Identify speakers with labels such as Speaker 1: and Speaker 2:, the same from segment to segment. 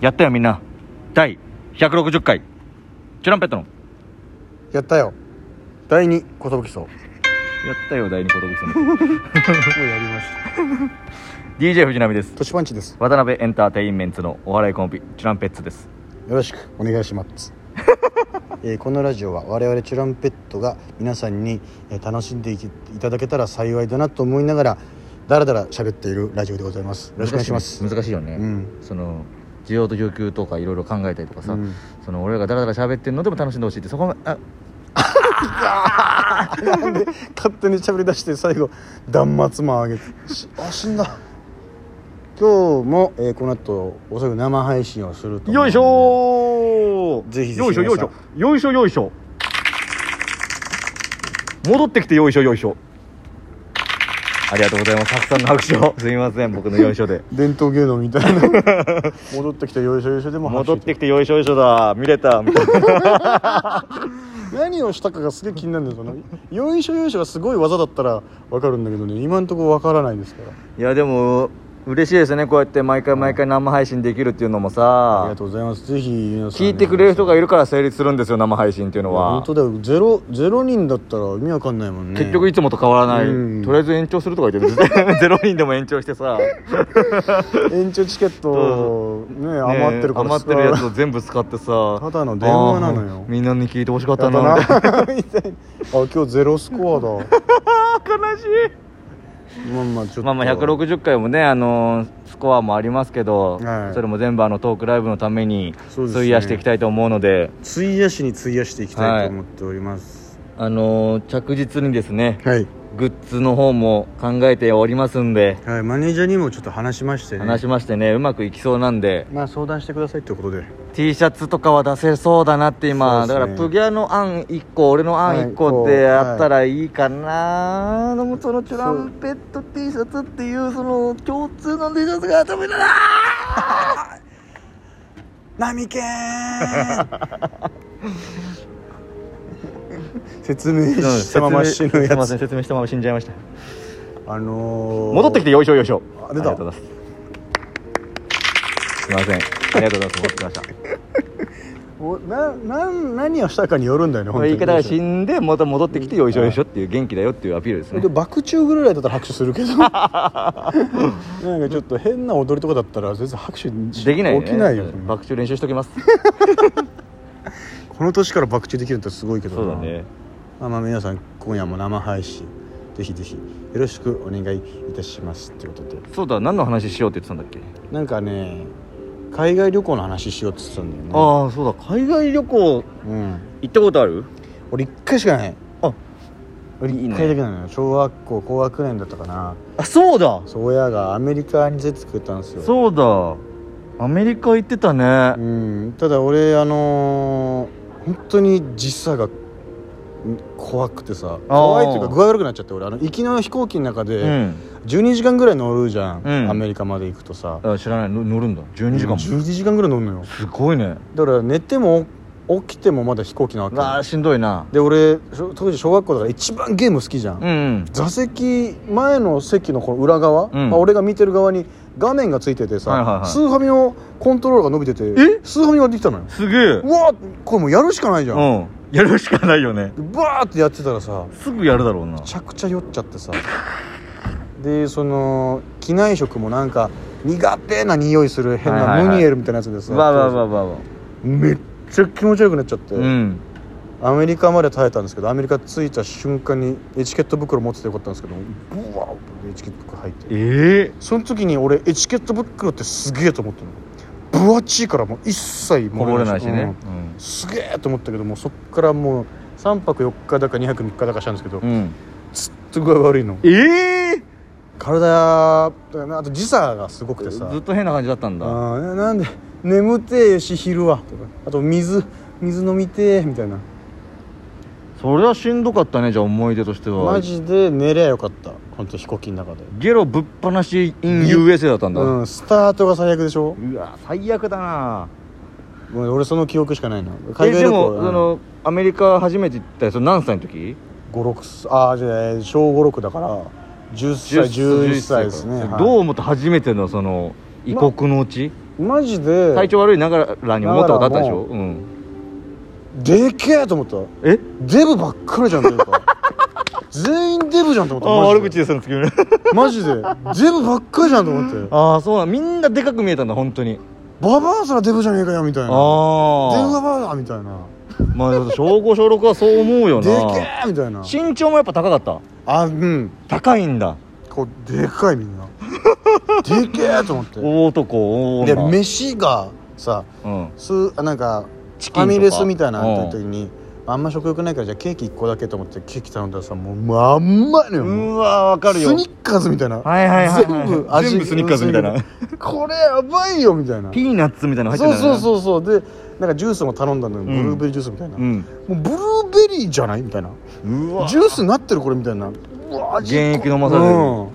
Speaker 1: やったよみんな第160回チュランペットの
Speaker 2: やったよ第2寿きそうも
Speaker 1: やったよ第2こと ぶき
Speaker 2: うやりました
Speaker 1: DJ 藤波です
Speaker 2: トシパンチです
Speaker 1: 渡辺エンターテインメンツのお笑いコンビチュランペッツです
Speaker 2: よろしくお願いします えーこのラジオは我々チュランペットが皆さんにえー楽しんでいきいただけたら幸いだなと思いながらだらだら喋っているラジオでございますよろしくお願いします
Speaker 1: 難しいよね、
Speaker 2: うん
Speaker 1: その需要と供給とかいろいろ考えたりとかさ、
Speaker 2: うん
Speaker 1: その俺らがだらだら喋ってるのでも楽しんでほしいってそこあ
Speaker 2: なんで勝手に喋り出して最後断末魔上げてしあ死んだ今日も、えーこの後おそらく生配信をすると思うので
Speaker 1: よいしょー
Speaker 2: ぜひぜひ
Speaker 1: よいしょよいしょよいしょよいしょ戻ってきてよいしょよいしょありがとうございますたくさんの拍手をすみません僕のよいしょで
Speaker 2: 伝統芸能みたい な戻ってきたよいしょよいしょでも拍手
Speaker 1: 戻ってきてよいしょよいしょだ見れたみたいな
Speaker 2: 何をしたかがすげえ気になるんだよそのよいしょよいしょがすごい技だったら分かるんだけどね今のところ分からないですから
Speaker 1: いやでも嬉しいですねこうやって毎回毎回生配信できるっていうのも
Speaker 2: あり
Speaker 1: さ
Speaker 2: がとうございますぜひ皆さんね
Speaker 1: 聞いてくれる人がいるから成立するんですよ生配信っていうのは
Speaker 2: 本当だよゼロゼロ人だったら意味わかんないもんね
Speaker 1: 結局いつもと変わらない、
Speaker 2: うん
Speaker 1: とりあえず延長するとか言ってる ゼロ人でも延長してさ
Speaker 2: 延長チケットね
Speaker 1: ね
Speaker 2: 余ってるから
Speaker 1: 余ってるやつを全部使ってさ
Speaker 2: ただの電話なのよ
Speaker 1: あーみんなに聞いてほしかった
Speaker 2: やっ
Speaker 1: なみたい
Speaker 2: たな みたいなあ今日ゼロスコアだ
Speaker 1: な 悲しい
Speaker 2: まあまあちょっと
Speaker 1: まあまあ160回もねあのースコアもありますけど、
Speaker 2: はい
Speaker 1: それも全部あのトークライブのために
Speaker 2: そうですね
Speaker 1: 費やしていきたいと思うので
Speaker 2: 費やしに費やしていきたいと思っております
Speaker 1: あのー着実にですね
Speaker 2: はい、
Speaker 1: グッズの方も考えておりますんで
Speaker 2: はい、マネージャーにもちょっと話しましてね
Speaker 1: 話しましてねうまくいきそうなんで
Speaker 2: まあ相談してくださいってことで
Speaker 1: T シャツとかは出せそうだなって今、
Speaker 2: そ
Speaker 1: だ
Speaker 2: う
Speaker 1: か
Speaker 2: で
Speaker 1: ら
Speaker 2: すね
Speaker 1: プギャの案1個俺の案1個
Speaker 2: はい
Speaker 1: であったらいいかな、でもそのチュランペット T シャツっていうその共通の T シャツがダメだな
Speaker 2: ナ ミケン説明したまま死ぬ
Speaker 1: すい
Speaker 2: や
Speaker 1: ま
Speaker 2: つ
Speaker 1: せん説明したまま死んじゃいました
Speaker 2: あのー、
Speaker 1: 戻ってきてよいしょよいしょ
Speaker 2: あ出た
Speaker 1: ありがとうございますすいませんありがとうございます戻ってきました
Speaker 2: おななん何をしたかによるんだよね
Speaker 1: こ
Speaker 2: 本当
Speaker 1: れ
Speaker 2: に
Speaker 1: 言い方が死んでまた戻ってきてよいしょよいしょっていう元気だよっていうアピールですね
Speaker 2: で爆中ぐらいだったら拍手する けどなんかちょっと変な踊りとかだったら全然拍手
Speaker 1: できないよね
Speaker 2: 起きないよ
Speaker 1: 爆中練習しときます
Speaker 2: この年から爆中できるってすごいけどな
Speaker 1: そうだね
Speaker 2: まあまあ皆さん今夜も生配信ぜひぜひよろしくお願いいたしますということで
Speaker 1: そうだ何の話しようって言ってたんだっけ、
Speaker 2: なんかね海外旅行の話しようって言ってたんだよね
Speaker 1: ああそうだ海外旅行
Speaker 2: うん
Speaker 1: 行ったことある
Speaker 2: 俺一回しかない
Speaker 1: あ
Speaker 2: 俺
Speaker 1: いいね
Speaker 2: 一回だけなのよ小学校高学年だったかな
Speaker 1: あそうだ
Speaker 2: そう親がアメリカに連れてくれたんですよ
Speaker 1: そうだアメリカ行ってたね、
Speaker 2: うん、ただ俺あのー本当に時差がん怖くてさ怖いっていうか具合悪くなっちゃって俺あの行きの飛行機の中で12時間ぐらい乗るじゃん、
Speaker 1: うん
Speaker 2: アメリカまで行くとさ
Speaker 1: うんあ知らないの乗るんだ12時間も、
Speaker 2: 12時間ぐらい乗るのよ
Speaker 1: すごいね
Speaker 2: だから寝ても起きてもまだ飛行機なわけ
Speaker 1: わあしんどいな
Speaker 2: で俺しょ当時小学校だから一番ゲーム好きじゃん、
Speaker 1: うん
Speaker 2: 座席前の席のこの裏側、
Speaker 1: うん
Speaker 2: まあ、俺が見てる側に画面がついててさ、
Speaker 1: はいはいはい
Speaker 2: スーファミのコントローラーが伸びててスーファミができたのよ
Speaker 1: すげえ
Speaker 2: うわこれもうやるしかないじゃん
Speaker 1: うんやるしかないよね
Speaker 2: バーってやってたらさめ
Speaker 1: すぐやるだろうな
Speaker 2: ちゃくちゃ酔っちゃってさでその機内食もなんか苦手な匂いする変
Speaker 1: はいは
Speaker 2: ない
Speaker 1: はい
Speaker 2: ムニエルみたいなやつでさ、
Speaker 1: わわわわわ
Speaker 2: めっちゃ気持ちよくなっちゃって、
Speaker 1: うん
Speaker 2: アメリカまで耐えたんですけどアメリカ着いた瞬間にエチケット袋持っててよかったんですけどブワーってエチケット袋入って
Speaker 1: ええ
Speaker 2: その時に俺エチケット袋ってすげえと思ったの分厚いからもう一切
Speaker 1: こ
Speaker 2: 漏
Speaker 1: ぼ
Speaker 2: れ
Speaker 1: れ
Speaker 2: な
Speaker 1: ないい
Speaker 2: し
Speaker 1: しね
Speaker 2: うんすげえと思ったけどもうそっからもう3泊4日だか2泊3日だかしたんですけど、
Speaker 1: うん、うん
Speaker 2: ずっと具合悪いの
Speaker 1: ええ
Speaker 2: 体あと時差がすごくてさ
Speaker 1: ずっと変な感じだったん
Speaker 2: あ
Speaker 1: だ
Speaker 2: ーなんで眠てえし昼はとかあと水水飲みてえみたいな
Speaker 1: それはしんどかったねじゃあ思い出としては
Speaker 2: マジで寝りゃよかった本当飛行機の中で
Speaker 1: ゲロぶっ放し in USA だったんだ、
Speaker 2: うんスタートが最悪でしょ
Speaker 1: うわ最悪だな
Speaker 2: ごめん俺その記憶しかないな
Speaker 1: え
Speaker 2: 海外
Speaker 1: で
Speaker 2: 旅
Speaker 1: も
Speaker 2: 行、
Speaker 1: そのアメリカ初めて行ったやつ何歳の時
Speaker 2: 56ああじゃあ小56だから10歳11歳ですね
Speaker 1: どう
Speaker 2: う
Speaker 1: 思った初めてのその異国の地、
Speaker 2: マジで
Speaker 1: 体調悪いながらにも思ったことあったでしょ、うん、
Speaker 2: でけえと思った
Speaker 1: え
Speaker 2: デブばっかりじゃんとい うか全員デブじゃんと
Speaker 1: あ
Speaker 2: 思
Speaker 1: ー
Speaker 2: った
Speaker 1: 悪
Speaker 2: マジ
Speaker 1: 口
Speaker 2: で
Speaker 1: ですよそ の時
Speaker 2: マジでデブばっかりじゃんと思って
Speaker 1: ああそうなんみんなでかく見えたんだ本当に
Speaker 2: ババアすらデブじゃねえかよみたいなデブバ
Speaker 1: ああ
Speaker 2: バアだみたいな
Speaker 1: まあ小5小6はそう思うよ
Speaker 2: でけ
Speaker 1: な
Speaker 2: えみたいな
Speaker 1: 身長もやっぱ高かった
Speaker 2: あうん
Speaker 1: 高いんだ
Speaker 2: こうでかいみん なでけえと思って
Speaker 1: 大男大
Speaker 2: で
Speaker 1: 女
Speaker 2: 飯がさ
Speaker 1: うん
Speaker 2: すあなんか
Speaker 1: チキンと
Speaker 2: フ
Speaker 1: か
Speaker 2: ァミレスみたいなのあった
Speaker 1: う
Speaker 2: 時にあんま食欲ないからじゃあケーキ1個だけと思ってケーキ頼んだらさもうまんまいのよもう
Speaker 1: うわわかるよ
Speaker 2: スニッカーズみたいな
Speaker 1: はいはいはいはい
Speaker 2: 全部味
Speaker 1: 全部スニッカーズみたいな
Speaker 2: これやばいよみたいな
Speaker 1: ピーナッツみたいなの入
Speaker 2: そ
Speaker 1: っ
Speaker 2: う
Speaker 1: て
Speaker 2: そう
Speaker 1: う
Speaker 2: そうそうでなんかジュースも頼んだのよブルーベリージュースみたいな、
Speaker 1: う
Speaker 2: も
Speaker 1: ん
Speaker 2: うブルーベリーじゃないみたいな
Speaker 1: うわ
Speaker 2: ジュースになってるこれみたいなうわ
Speaker 1: 現役飲まされる
Speaker 2: うん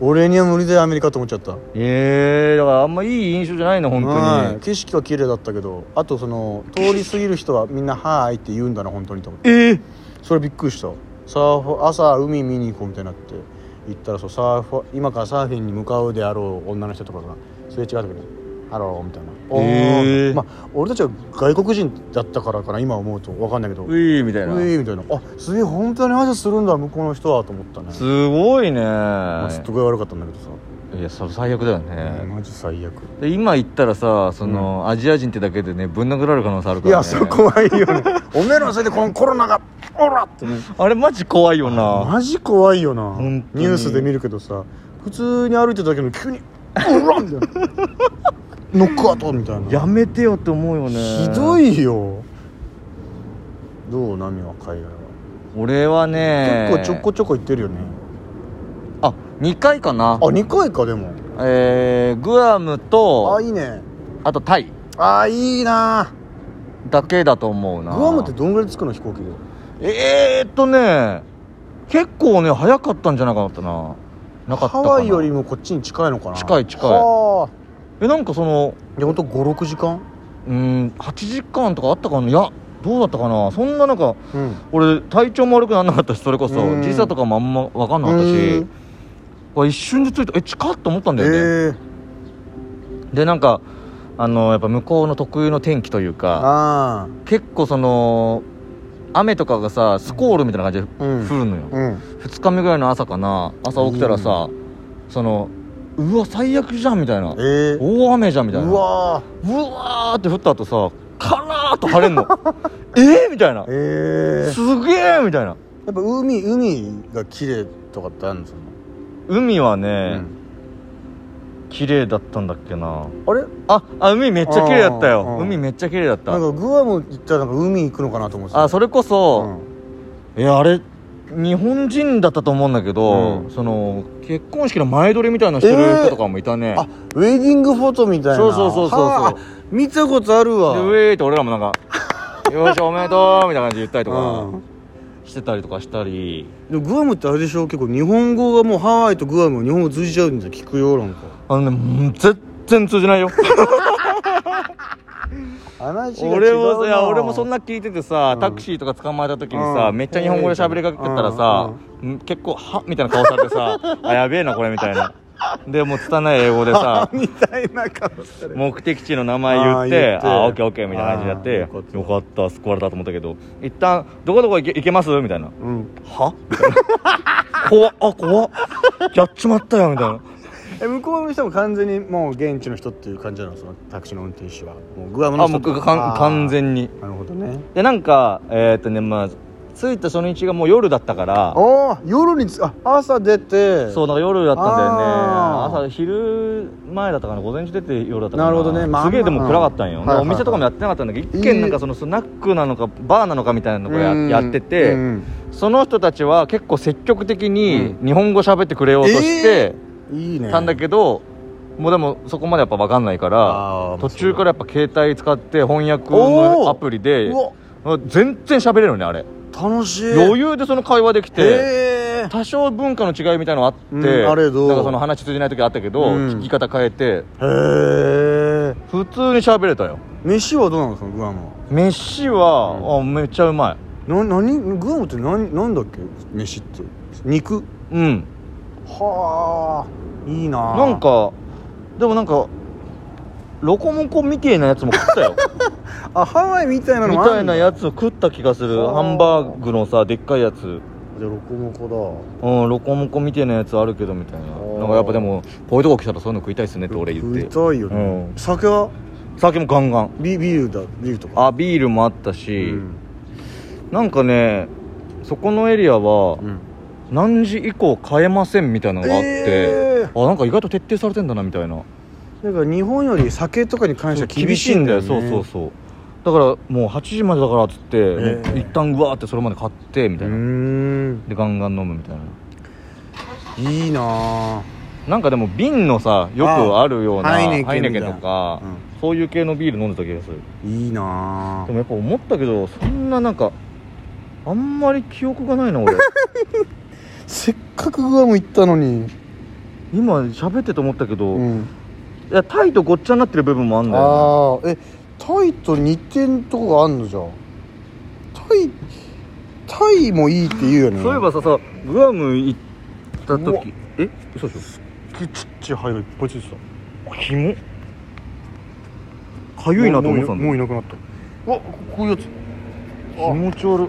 Speaker 2: 俺には無理でアメリカと思っちゃった
Speaker 1: ええだからあんまいい印象じゃないの本当
Speaker 2: はい
Speaker 1: に
Speaker 2: 景色は綺麗だったけどあとその通り過ぎる人はみんな「はーい」って言うんだな本当にと思って
Speaker 1: ええ
Speaker 2: それびっくりしたサーフ朝海見に行こうみたいになって行ったらそうサーフ今からサーフィンに向かうであろう女の人とかがすれ違う時に「ハロー」みたいな「お
Speaker 1: へ
Speaker 2: ー
Speaker 1: ー
Speaker 2: まあ俺たちは外国人だったからかな今思うと分かんないけど「
Speaker 1: ウ
Speaker 2: うえ
Speaker 1: ィーみたいな
Speaker 2: ー」みたいな「あすげえ本当に挨拶するんだ向こうの人は」と思ったね
Speaker 1: すごいね
Speaker 2: まあちょっと具合悪かったんだけどさ、
Speaker 1: いやそ最悪だよね
Speaker 2: マジ最悪
Speaker 1: で今言ったらさそのアジア人ってだけでねぶん殴られる可能性ある
Speaker 2: い
Speaker 1: から
Speaker 2: や
Speaker 1: ね
Speaker 2: それ怖いよね おめえらのせいでこのコロナがオラってね
Speaker 1: あれマジ怖いよな
Speaker 2: マジ怖いよなニ
Speaker 1: 本当に
Speaker 2: ュースで見るけどさ普通に歩いてただけど急に「オラ!」みたいなノックアウトみたいな
Speaker 1: やめてよって思うよね
Speaker 2: ひどいよどうナミは海外は、
Speaker 1: 俺はね
Speaker 2: 結構ちょこちょこ行ってるよね
Speaker 1: あ二2回かな
Speaker 2: あ2回かでも
Speaker 1: えー、グアムと
Speaker 2: あいいね
Speaker 1: あとタイ
Speaker 2: あいいな
Speaker 1: だけだと思う
Speaker 2: グ
Speaker 1: な
Speaker 2: アムってどんぐらい着くの飛行機で
Speaker 1: えー、っとね結構ね早かったんじゃなかったななかった
Speaker 2: ハ
Speaker 1: かな
Speaker 2: ワイよりもこっちに近いのかな
Speaker 1: 近い近い
Speaker 2: はあ
Speaker 1: えなんかその
Speaker 2: いやほんと56時間
Speaker 1: うーん8時間とかあったかないやどうだったかなそんななんか
Speaker 2: うん
Speaker 1: 俺体調も悪くならなかったしそれこそ
Speaker 2: うん
Speaker 1: 時差とかもあんま分かんなかったしあ一瞬で着いたえ近っと思ったんだよね、
Speaker 2: ええ
Speaker 1: でなんかあのやっぱ向こうの特有の天気というか
Speaker 2: ああ
Speaker 1: 結構その雨とかがさスコールみたいな感じで
Speaker 2: うん
Speaker 1: 降るのよ、
Speaker 2: うん
Speaker 1: 2日目ぐらいの朝かな朝起きたらさ、そのうわ最悪じゃんみたいな
Speaker 2: ええ
Speaker 1: 大雨じゃんみたいな
Speaker 2: うわ
Speaker 1: うわーって降った後さカラーっと晴れんの えー、みたいな
Speaker 2: ーええ
Speaker 1: すげえみたいな
Speaker 2: やっぱ海海が綺麗とかってあるんですよ
Speaker 1: 海はね、
Speaker 2: ね、
Speaker 1: 綺麗だったんだっけな
Speaker 2: あれ
Speaker 1: ああ海めっちゃ綺麗だった
Speaker 2: あー
Speaker 1: よ
Speaker 2: あー
Speaker 1: 海めっちゃ綺麗だっ
Speaker 2: な
Speaker 1: た
Speaker 2: んかグアム行ったらなんか海行くのかなと思ってた
Speaker 1: あそれこ
Speaker 2: う
Speaker 1: そ、
Speaker 2: ん
Speaker 1: いやあれ日本人だったと思うんだけど、
Speaker 2: うん
Speaker 1: その結婚式の前撮りみたいなのしてる人とかもいたね、
Speaker 2: あウェディングフォトみたいな
Speaker 1: そうそうそうそうそう
Speaker 2: はあ見たことあるわ
Speaker 1: でウェーって俺らも なんか「よいしょおめでとう」みたいな感じで言ったりと
Speaker 2: う
Speaker 1: か
Speaker 2: ん
Speaker 1: してたりとかしたり
Speaker 2: でもグアムってあれでしょ結構日本語がもうハワイとグアム日本語通じちゃうんで聞くよなんか
Speaker 1: あのねもう全然通じないよ
Speaker 2: 話
Speaker 1: 俺もいや俺もそんな聞いててさ、
Speaker 2: うん
Speaker 1: タクシーとか捕まえた時にさ、
Speaker 2: うん
Speaker 1: めっちゃ日本語で喋りかけたらさ、ん結構「は」みたいな顔されて さ「あやべえなこれ」みたいなでもう拙い英語でさ
Speaker 2: みたいな顔してる
Speaker 1: 目的地の名前言って
Speaker 2: あー言っ
Speaker 1: 「
Speaker 2: て
Speaker 1: あオッケーオッケー」みたいな感じでやって
Speaker 2: あ
Speaker 1: よ
Speaker 2: ー
Speaker 1: 「よかった救われた」と思ったけど「一旦どこどこ行け行けます?」みたいな
Speaker 2: うん
Speaker 1: 「は?」 怖っあ怖っやっちまったよみたいな
Speaker 2: え向こうの人も完全にもう現地の人っていう感じなのそのタクシーの運転手はもうグアムの
Speaker 1: あ
Speaker 2: 人
Speaker 1: もうかん完全に
Speaker 2: になるほどね
Speaker 1: でなんかえーっとねまあ着いた初日がもう夜だったから
Speaker 2: ああ夜につあ朝出て
Speaker 1: そうだから夜だったんだ
Speaker 2: あ
Speaker 1: よ
Speaker 2: ー
Speaker 1: ね朝昼前だったかな午前中出て夜だったかな
Speaker 2: なるほどねまあ
Speaker 1: すげえでも暗かったん
Speaker 2: う
Speaker 1: よ
Speaker 2: ん
Speaker 1: で
Speaker 2: はいはいは
Speaker 1: お
Speaker 2: い
Speaker 1: 店とかもやってなかったんだけど一軒なんかそのスナックなのかバーなのかみたいなのをや
Speaker 2: うん
Speaker 1: やってて
Speaker 2: うん
Speaker 1: その人たちは結構積極的に
Speaker 2: う
Speaker 1: 日本語喋ってくれようとして
Speaker 2: いいね
Speaker 1: たんだけど、もうでもそこまでやっぱ分かんないから
Speaker 2: あー
Speaker 1: 途中からやっぱ携帯使って翻訳
Speaker 2: おー
Speaker 1: のアプリで
Speaker 2: うわ
Speaker 1: 全然喋れるのねあれ
Speaker 2: 楽しい
Speaker 1: 余裕でその会話できて
Speaker 2: へー
Speaker 1: 多少文化の違いみたいのあって、
Speaker 2: うんあれどう
Speaker 1: なんかその話通じない時あったけど、
Speaker 2: うん
Speaker 1: 聞き方変えて
Speaker 2: へえ
Speaker 1: 普通に喋れたよ
Speaker 2: 飯はどうなのそのグアムは
Speaker 1: 飯は、あめっちゃうま
Speaker 2: な何グアムって何何だっけ飯って肉
Speaker 1: いうん
Speaker 2: はあいいな
Speaker 1: なんかでもなんかロコモコみてえなやつも食った よ
Speaker 2: あハワイみたいなの
Speaker 1: み
Speaker 2: もある
Speaker 1: たいなやつを食った気がする
Speaker 2: あー
Speaker 1: ハンバーグのさでっかいやつ
Speaker 2: じゃあロコモコ
Speaker 1: うんロコモコみてえなやつあるけどみたいな
Speaker 2: あー
Speaker 1: なんかやっぱでもこういうとこ来たらそういうの食いたいっすねっ
Speaker 2: だ
Speaker 1: て俺言って
Speaker 2: 食いたいよね、
Speaker 1: うん
Speaker 2: 酒は
Speaker 1: 酒もガンガン
Speaker 2: ビビールだビールとか
Speaker 1: あビールもあった
Speaker 2: う
Speaker 1: し、
Speaker 2: ん、
Speaker 1: なんかねそこのエリアは
Speaker 2: うん、
Speaker 1: 何時以降買えませんみたいなのがあって、
Speaker 2: えー
Speaker 1: あなんか意外と徹底されてんだなみたいな
Speaker 2: だから日本より酒とかに関しては厳しいんだよ、ね、
Speaker 1: そうそうそうだからもう8時までだからっつって、
Speaker 2: ー
Speaker 1: 一旦うわーってそれまで買ってみた
Speaker 2: う
Speaker 1: いな、
Speaker 2: ーん
Speaker 1: でガンガン飲むみたいない
Speaker 2: いなあ
Speaker 1: なんかでも瓶のさよくあるような
Speaker 2: あ
Speaker 1: ハ
Speaker 2: ハ
Speaker 1: イ
Speaker 2: イ
Speaker 1: ネ
Speaker 2: ネ
Speaker 1: ケ
Speaker 2: ケ
Speaker 1: ン
Speaker 2: ン
Speaker 1: とか、
Speaker 2: みたいなうん
Speaker 1: そういう系のビール飲んでた気がする
Speaker 2: いいな
Speaker 1: でもやっぱ思ったけどそんななんかあんまり記憶がないな 俺
Speaker 2: せっかくグアム行ったのに、
Speaker 1: 今喋ってて思ったけど、
Speaker 2: う
Speaker 1: い
Speaker 2: ん、
Speaker 1: やタイとごっちゃになってる部分もあんだよ、
Speaker 2: ああえタイと似てんとこがあんのじゃんタイタイもいいって言うよ
Speaker 1: ね、
Speaker 2: ね
Speaker 1: そういえばささグアム行った
Speaker 2: うわ
Speaker 1: 時え嘘でしょ
Speaker 2: ちっちゃい灰がいっぱいついてた
Speaker 1: ひもかゆいなと思ってたんだ
Speaker 2: もう
Speaker 1: よ
Speaker 2: いなくなったわこういうやつ
Speaker 1: 気持ち 悪い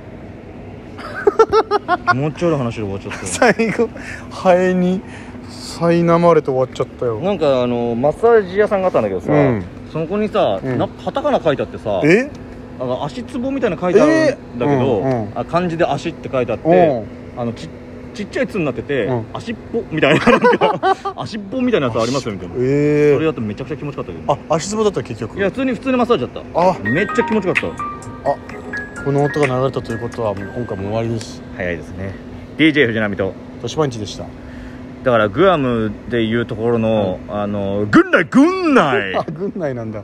Speaker 1: 気持ち悪い話で終わっちゃった
Speaker 2: 最後ハエに苛まれて終わっちゃったよ
Speaker 1: なんかあのマッサージ屋さんがあったんだけどさ、
Speaker 2: うん
Speaker 1: そこにさ、
Speaker 2: うん
Speaker 1: なカタカナ書いてあってさ
Speaker 2: え
Speaker 1: あの足つぼみたいなの書いてあるんだけど、
Speaker 2: えーうんう
Speaker 1: あ漢字で足って書いてあっ
Speaker 2: う
Speaker 1: て
Speaker 2: ん
Speaker 1: あのちちっちゃい「つ」になってて、
Speaker 2: うん
Speaker 1: 足っぽみたいななんか足っぽみたいなやつありますよみたいなそ
Speaker 2: え
Speaker 1: れ
Speaker 2: え
Speaker 1: やってめちゃくちゃ気持ちよかったけど
Speaker 2: あ足つぼだった結
Speaker 1: いや
Speaker 2: 局
Speaker 1: 普通に普通にマッサージだっ
Speaker 2: あ
Speaker 1: ためっちゃ気持ちよかった
Speaker 2: この音が流れたということはもう今回も終わりです
Speaker 1: 早いですね DJ 藤波と
Speaker 2: 年パンチでした
Speaker 1: だからグアムでいうところの、あの「軍内軍内」
Speaker 2: あ軍内なんだ